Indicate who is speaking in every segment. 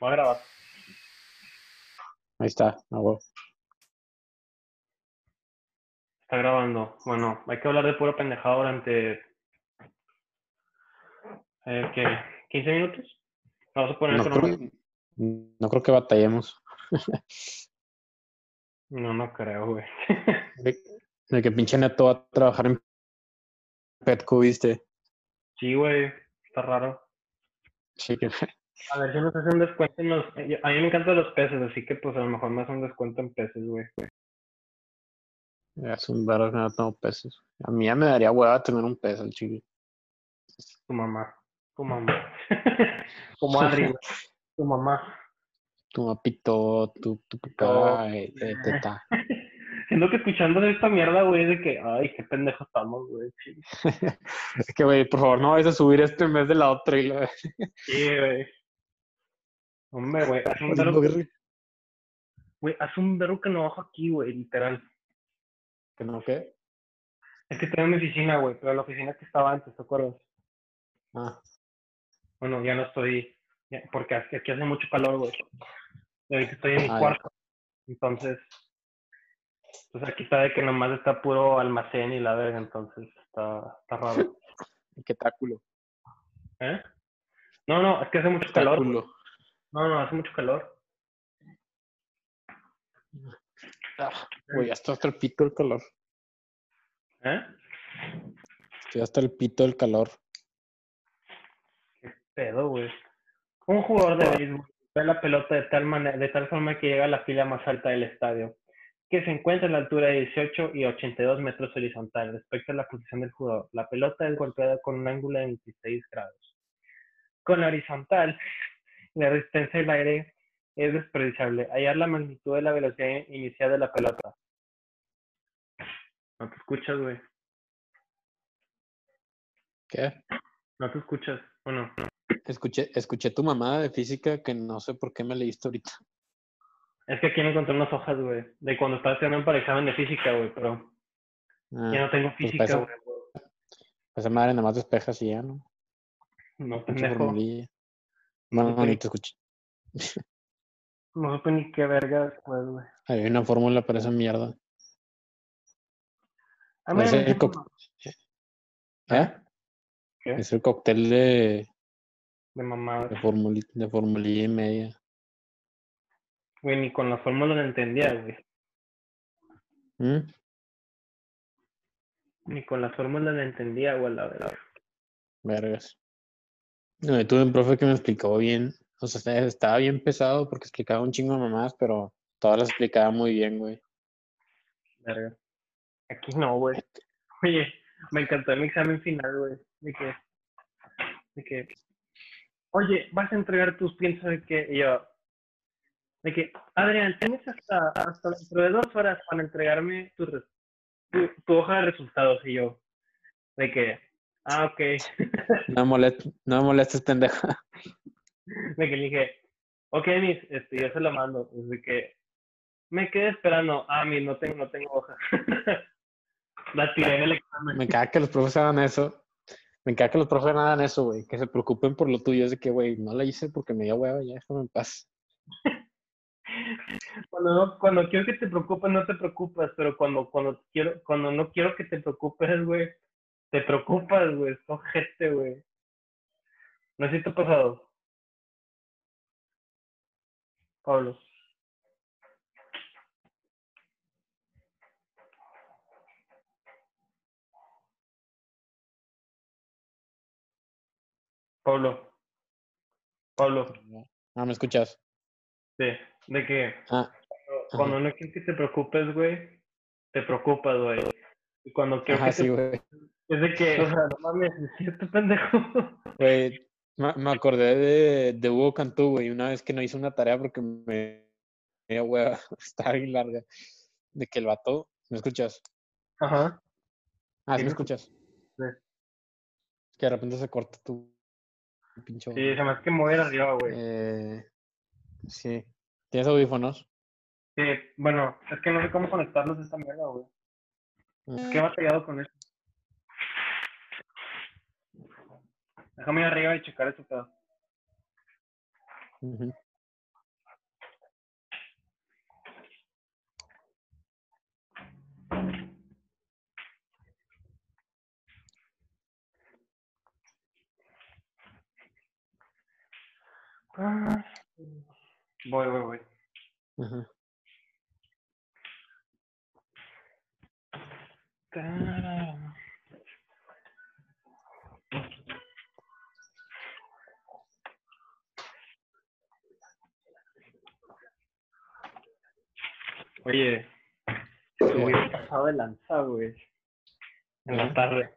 Speaker 1: Voy a grabar.
Speaker 2: Ahí está, a huevo.
Speaker 1: Está grabando. Bueno, hay que hablar de puro pendejado durante. Eh, ¿Qué? ¿15 minutos? Vamos a poner
Speaker 2: No
Speaker 1: eso
Speaker 2: creo,
Speaker 1: nomás.
Speaker 2: que- no creo que batallemos.
Speaker 1: No, no creo, güey.
Speaker 2: De, de que pinche neto va a trabajar en Petco, viste.
Speaker 1: Sí, güey. Está raro.
Speaker 2: Sí, que-
Speaker 1: A ver si nos hacen descuento en los. eh, A mí me encantan los peces, así que pues a lo mejor me hacen descuento en peces, güey.
Speaker 2: es un verbo que no tengo pesos. A mí ya me daría hueva tener un peso, el chile.
Speaker 1: Tu mamá. Tu mamá. Como Adri, güey. Tu mamá.
Speaker 2: Tu mapito, tu, tu
Speaker 1: No.
Speaker 2: papá, eh, eh, teta.
Speaker 1: Siento que escuchando esta mierda, güey, de que, ay, qué pendejo estamos, güey.
Speaker 2: Es que, güey, por favor, no vayas a subir esto en vez de la otra. Y la...
Speaker 1: Sí, güey. Hombre, güey, haz un verbo,
Speaker 2: ¿Que
Speaker 1: güey, haz un verbo que no bajo aquí, güey, literal.
Speaker 2: no qué?
Speaker 1: Es que tengo mi oficina, güey, pero la oficina que estaba antes, ¿te acuerdas?
Speaker 2: Ah,
Speaker 1: Bueno, ya no estoy, ya- porque aquí aquí hace mucho calor, güey. Y ahorita estoy en mi
Speaker 2: Ah, ya.
Speaker 1: cuarto. Entonces, pues aquí está de que nomás está puro almacén y la verga, entonces está, está raro.
Speaker 2: qué táculo.
Speaker 1: ¿Eh? No, no, es que hace mucho calor. güey.
Speaker 2: Táculo.
Speaker 1: No, no, hace mucho calor.
Speaker 2: Ah, Güey, ya está hasta el pito el calor.
Speaker 1: ¿Eh?
Speaker 2: Estoy hasta el pito el calor.
Speaker 1: pedo, güey. Un jugador de béisbol ve la pelota de tal, manera, de tal forma que llega a la fila más alta del estadio, que se encuentra en la altura de 18 y 82 metros horizontal respecto a la posición del jugador. La pelota es golpeada con un ángulo de 26 grados. Con la horizontal, la resistencia del aire es desperdiciable. Hallar la magnitud de la velocidad inicial de la pelota. No te escuchas, güey.
Speaker 2: ¿Qué?
Speaker 1: No te escuchas, ¿o no?
Speaker 2: Escuché, escuché tu mamada de física que no sé por qué me leíste ahorita.
Speaker 1: Es que aquí me encontré unas hojas, güey, de cuando estaba estudiando para el examen de física, güey, pero
Speaker 2: Ah,
Speaker 1: ya no tengo física,
Speaker 2: pasa.
Speaker 1: güey.
Speaker 2: Esa madre nada más despejas y ya, ¿no?
Speaker 1: No,
Speaker 2: Pinche
Speaker 1: pendejo.
Speaker 2: formulilla. Bueno, no,
Speaker 1: Ok.
Speaker 2: ni te escuché.
Speaker 1: No supe ni qué verga después, güey.
Speaker 2: Hay una fórmula para esa mierda.
Speaker 1: Ah, mira,
Speaker 2: Ese
Speaker 1: mira,
Speaker 2: es
Speaker 1: mira,
Speaker 2: Pues co- ¿Eh?
Speaker 1: ¿Qué?
Speaker 2: Es el cóctel de,
Speaker 1: De mamada.
Speaker 2: de, formuli- de formulilla y media.
Speaker 1: Güey, ni con la fórmula la entendía, güey.
Speaker 2: ¿Mm?
Speaker 1: Ni con la fórmula la entendía, güey, la verdad.
Speaker 2: Vergas. No, yo tuve un profe que me explicó bien. O sea, estaba bien pesado porque explicaba un chingo de mamás, pero todas las explicaba muy bien, güey.
Speaker 1: Verga. Aquí no, güey. Oye, me encantó el examen final, güey. De que, de que, oye, vas a entregar tus piensos de que, y yo, de que, Adrián, tienes hasta, hasta dentro de dos horas para entregarme tu, res- tu, tu hoja de resultados, y yo, de que, ah, ok,
Speaker 2: No me molest- no me molestes, pendejo.
Speaker 1: de que le dije, ok, mis, este, yo se lo mando, Es de que, me quedé esperando, ah, mis, no tengo, no tengo hoja. La tiré en el examen.
Speaker 2: Me encanta que los profes hagan eso. Me encanta que los profes hagan eso, güey. Que se preocupen por lo tuyo. Es de que, güey, no la hice porque me dio hueva. Ya déjame en paz.
Speaker 1: Cuando, no- cuando quiero que te preocupes, no te preocupas, pero cuando, cuando, quiero, cuando no quiero que te preocupes, güey, te preocupas, güey, es gente, güey. No sé si te ha pasado. Pablo. Pablo. Pablo,
Speaker 2: Ah, ¿me escuchas?
Speaker 1: sí, de que
Speaker 2: Ah, Ajá.
Speaker 1: cuando no quieres que te preocupes, güey, te preocupas, güey. Y cuando quiero
Speaker 2: ajá,
Speaker 1: que
Speaker 2: sí,
Speaker 1: te...
Speaker 2: güey.
Speaker 1: Es de que, o sea, no mames, ¿es cierto, pendejo?
Speaker 2: Güey, me, me acordé de, de Hugo Cantú, güey. Una vez que no hice una tarea porque me, me dio hueva. Estaba bien larga. De que el vato... ¿Me escuchas?
Speaker 1: Ajá.
Speaker 2: Ah, sí,
Speaker 1: Sí, me
Speaker 2: me
Speaker 1: escu-
Speaker 2: escuchas. Que de repente se corta tu tu pinche...
Speaker 1: Sí, se me hace que mover arriba, güey.
Speaker 2: Eh, sí. ¿Tienes audífonos?
Speaker 1: Sí, bueno, es que no sé cómo conectarlos a esta mierda, güey. Es que he batallado con eso. este Déjame ir arriba y checar eso, pedo.
Speaker 2: Ujú.
Speaker 1: Ah, Voy, voy, voy.
Speaker 2: Ajá.
Speaker 1: Cara. Oye,
Speaker 2: Sí.
Speaker 1: güey, pasado de lanzar, güey. En la
Speaker 2: Ajá.
Speaker 1: tarde.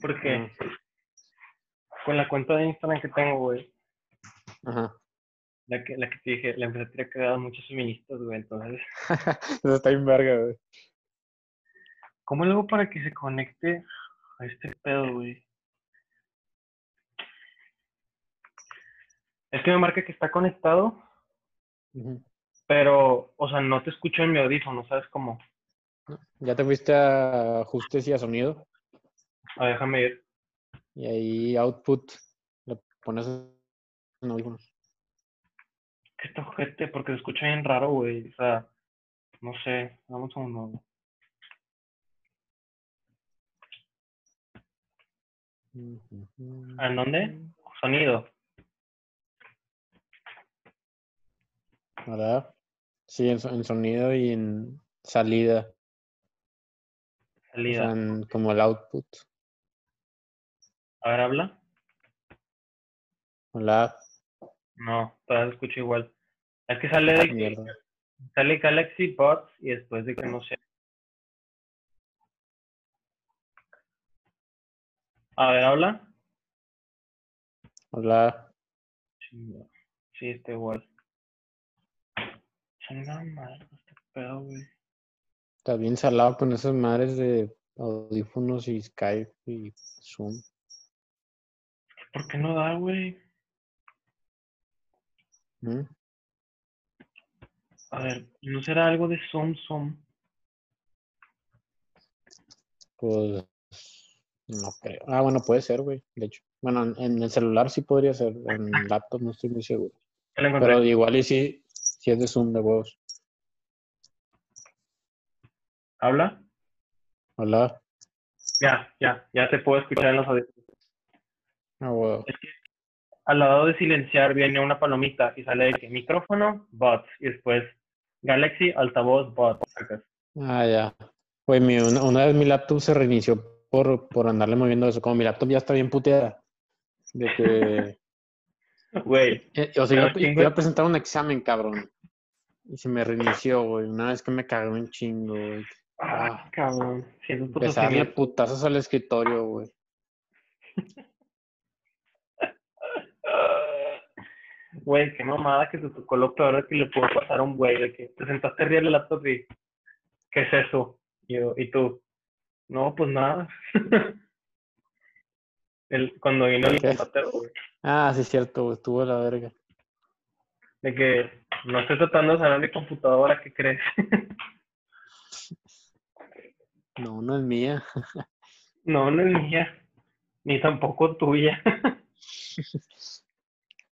Speaker 1: Porque
Speaker 2: Ajá.
Speaker 1: con la cuenta de Instagram que tengo, güey,
Speaker 2: Ajá.
Speaker 1: la que, la que te dije, la empresa te ha creado muchos suministros, güey. Entonces,
Speaker 2: Eso está bien verga, güey.
Speaker 1: ¿cómo le hago para que se conecte a este pedo, güey? Es que me marca que está conectado,
Speaker 2: Ujú.
Speaker 1: pero, o sea, no te escucho en mi audífono, ¿sabes cómo?
Speaker 2: Ya te fuiste a ajustes y a sonido.
Speaker 1: A ver, déjame ir.
Speaker 2: Y ahí output. Lo pones en audífonos.
Speaker 1: ¿Qué está ojete? Porque se escucha bien raro, güey. O sea, no sé. Vamos a uno.
Speaker 2: Ujú.
Speaker 1: ¿En dónde? Sonido.
Speaker 2: ¿Verdad? Sí, en, so- en sonido y en salida. O sea,
Speaker 1: Salida.
Speaker 2: en- como el output.
Speaker 1: A ver, habla.
Speaker 2: Hola.
Speaker 1: No, todavía se escucha igual. Es que sale de que
Speaker 2: Mierda.
Speaker 1: sale Galaxy Bots y después de que no sé. A ver, habla.
Speaker 2: Hola.
Speaker 1: Chinga. Sí, está igual. Chinga madre, este pedo, güey.
Speaker 2: Está bien salado con esas madres de audífonos y Skype y Zoom.
Speaker 1: ¿Por qué no da, güey?
Speaker 2: ¿Mm?
Speaker 1: A ver, ¿no será algo de Zoom Zoom?
Speaker 2: Pues no creo. Ah, bueno, puede ser, güey. De hecho. Bueno, en, en el celular sí podría ser. En laptop no estoy muy seguro.
Speaker 1: Ya la encontré.
Speaker 2: Pero igual y sí, sí es de Zoom de huevos.
Speaker 1: ¿Habla?
Speaker 2: Hola.
Speaker 1: Ya, ya, ya te puedo escuchar en los audífonos.
Speaker 2: Ah, huevo.
Speaker 1: Al lado de silenciar viene una palomita y sale de que micrófono, bots, y después Galaxy, altavoz, bots. Acá.
Speaker 2: Ah, ya. Güey, mi- una, una vez mi laptop se reinició por, por andarle moviendo eso. Como mi laptop ya está bien puteada. De que.
Speaker 1: Güey,
Speaker 2: Eh, O sea, iba,
Speaker 1: Pero
Speaker 2: iba
Speaker 1: chingo-
Speaker 2: a presentar un examen, cabrón. Y se me reinició, güey. Una vez que me cagué un chingo, güey.
Speaker 1: Ah, cabrón. Siento puto
Speaker 2: Empecé a darle
Speaker 1: señor.
Speaker 2: putazos al escritorio, güey.
Speaker 1: Ah, Güey, qué mamada que te tocó lo peor que le pudo pasar a un güey. De que te sentaste arriba del laptop y... ¿Qué es eso? Y, yo, y tú... No, pues nada. El, cuando vino el
Speaker 2: ¿Qué?
Speaker 1: helicóptero, güey,
Speaker 2: Ah, sí, es cierto, güey. Estuvo de la verga.
Speaker 1: de que no estoy tratando de sanar mi computadora, ¿qué crees?
Speaker 2: No, no es mía.
Speaker 1: No, no es mía, ni tampoco tuya.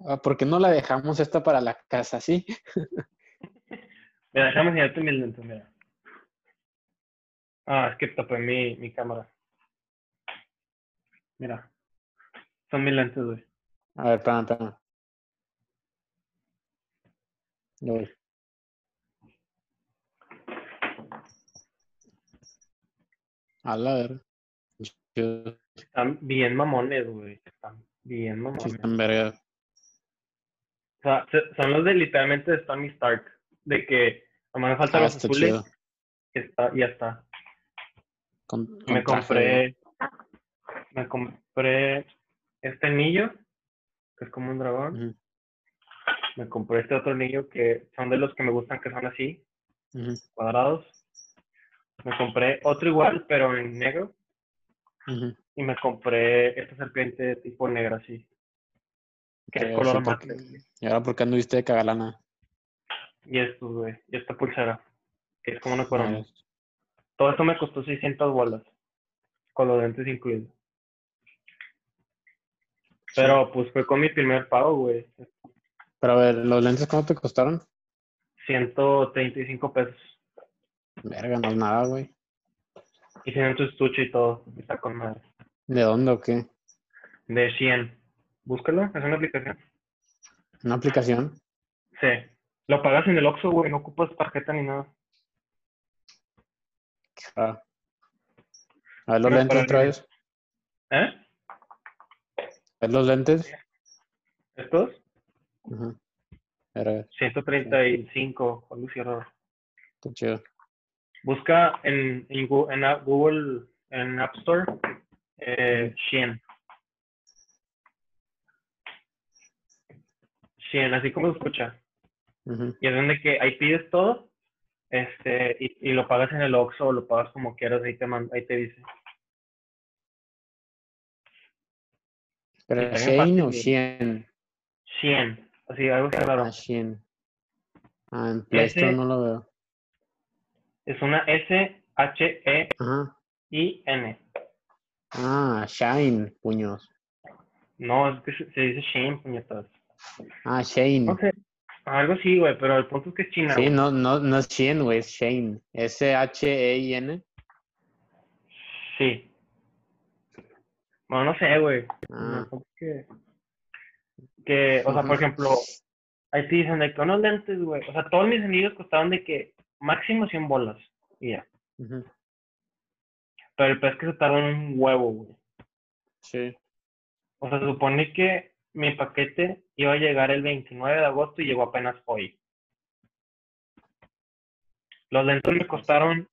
Speaker 2: Ah, ¿Por qué no la dejamos esta para la casa, sí?
Speaker 1: Mira, déjame enseñarte mis lentes, mira. Ah, es que tapé mi, mi cámara. Mira. Son mis lentes, güey.
Speaker 2: A ver, espérame, espérame. Ya voy. A la verga. Yo-
Speaker 1: Están bien mamones, güey. Están bien mamones.
Speaker 2: Sí, están verga.
Speaker 1: O sea, se- son los de literalmente de Tony Stark. De que nomás me faltan
Speaker 2: Ah,
Speaker 1: los
Speaker 2: está
Speaker 1: azules
Speaker 2: chido.
Speaker 1: y está, y ya está.
Speaker 2: Con-
Speaker 1: me
Speaker 2: con traje, güey.
Speaker 1: compré. Me compré este anillo, que es como un dragón.
Speaker 2: Ujú,
Speaker 1: Me compré este otro anillo que son de los que me gustan, que son así,
Speaker 2: ujú,
Speaker 1: cuadrados. Me compré otro igual, pero en negro.
Speaker 2: ujú.
Speaker 1: Y me compré esta serpiente tipo negra, así. Que
Speaker 2: Sí,
Speaker 1: es color
Speaker 2: sí,
Speaker 1: mate.
Speaker 2: porque- Y ahora, ¿por qué anduviste de cagalana?
Speaker 1: Y esto, güey. Y esta pulsera. Que es como una corona.
Speaker 2: Madres.
Speaker 1: Todo esto me costó 600 bolas. Con los dentes incluidos. Pero pues fue con mi primer pago, güey.
Speaker 2: Pero a ver, ¿los lentes cuánto te costaron?
Speaker 1: 135 pesos.
Speaker 2: Verga, no es nada, güey.
Speaker 1: Y tienen tu estuche y todo. y Está con madre.
Speaker 2: ¿De dónde o qué?
Speaker 1: De 100. Búscalo. Es una aplicación.
Speaker 2: ¿Una aplicación?
Speaker 1: Sí. Lo pagas en el Oxxo, güey. No ocupas tarjeta ni nada.
Speaker 2: Ah. A ver los
Speaker 1: Pero
Speaker 2: lentes
Speaker 1: para
Speaker 2: otra
Speaker 1: mí-
Speaker 2: vez.
Speaker 1: ¿Eh?
Speaker 2: A ver los lentes.
Speaker 1: ¿Estos?
Speaker 2: Ajá. A ver, a ver,
Speaker 1: 135, con luz y error.
Speaker 2: está chido.
Speaker 1: Busca en, en Gu- en a- Google, en App Store, eh, Shein. Shein, así como se escucha.
Speaker 2: Ujú.
Speaker 1: Y es donde que ahí pides todo este y, y lo pagas en el Oxxo o lo pagas como quieras, ahí te, man- ahí te dice.
Speaker 2: Pero
Speaker 1: Está bien
Speaker 2: Shein o
Speaker 1: fácil.
Speaker 2: Shein.
Speaker 1: Shein, así algo así raro.
Speaker 2: Ah, Shein. Ah, en Play
Speaker 1: Ese-
Speaker 2: Store no lo veo.
Speaker 1: Es una E S-H-E-I-N.
Speaker 2: Ajá. Ah, Shine, puños.
Speaker 1: No, es que se, se dice Shein, puñetas.
Speaker 2: Ah, Shane.
Speaker 1: No sé, algo así, güey, pero el punto es que es China,
Speaker 2: Sí,
Speaker 1: güey.
Speaker 2: no, no, no es Shein, güey, es Shane. E S-H-E-I-N.
Speaker 1: Sí. Bueno, no sé, güey.
Speaker 2: Ah,
Speaker 1: Tampoco Que, que, o sea, por
Speaker 2: Ujú.
Speaker 1: ejemplo, ahí te dicen de que unos lentes, güey. O sea, todos mis amigos costaban de que máximo 100 bolas. Y ya.
Speaker 2: ujú,
Speaker 1: Pero el pez que se tardó en un huevo, güey.
Speaker 2: sí.
Speaker 1: O sea, se supone que mi paquete iba a llegar el 29 de agosto y llegó apenas hoy. Los lentes me costaron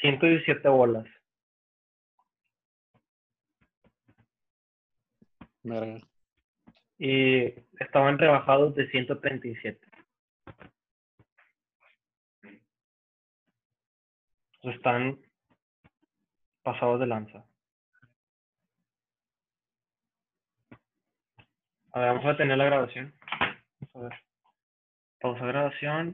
Speaker 1: 117 bolas.
Speaker 2: verga.
Speaker 1: y estaban rebajados de 137. O sea, Están pasados de lanza. A ver, vamos a tener la grabación. Vamos a ver. Pausa grabación.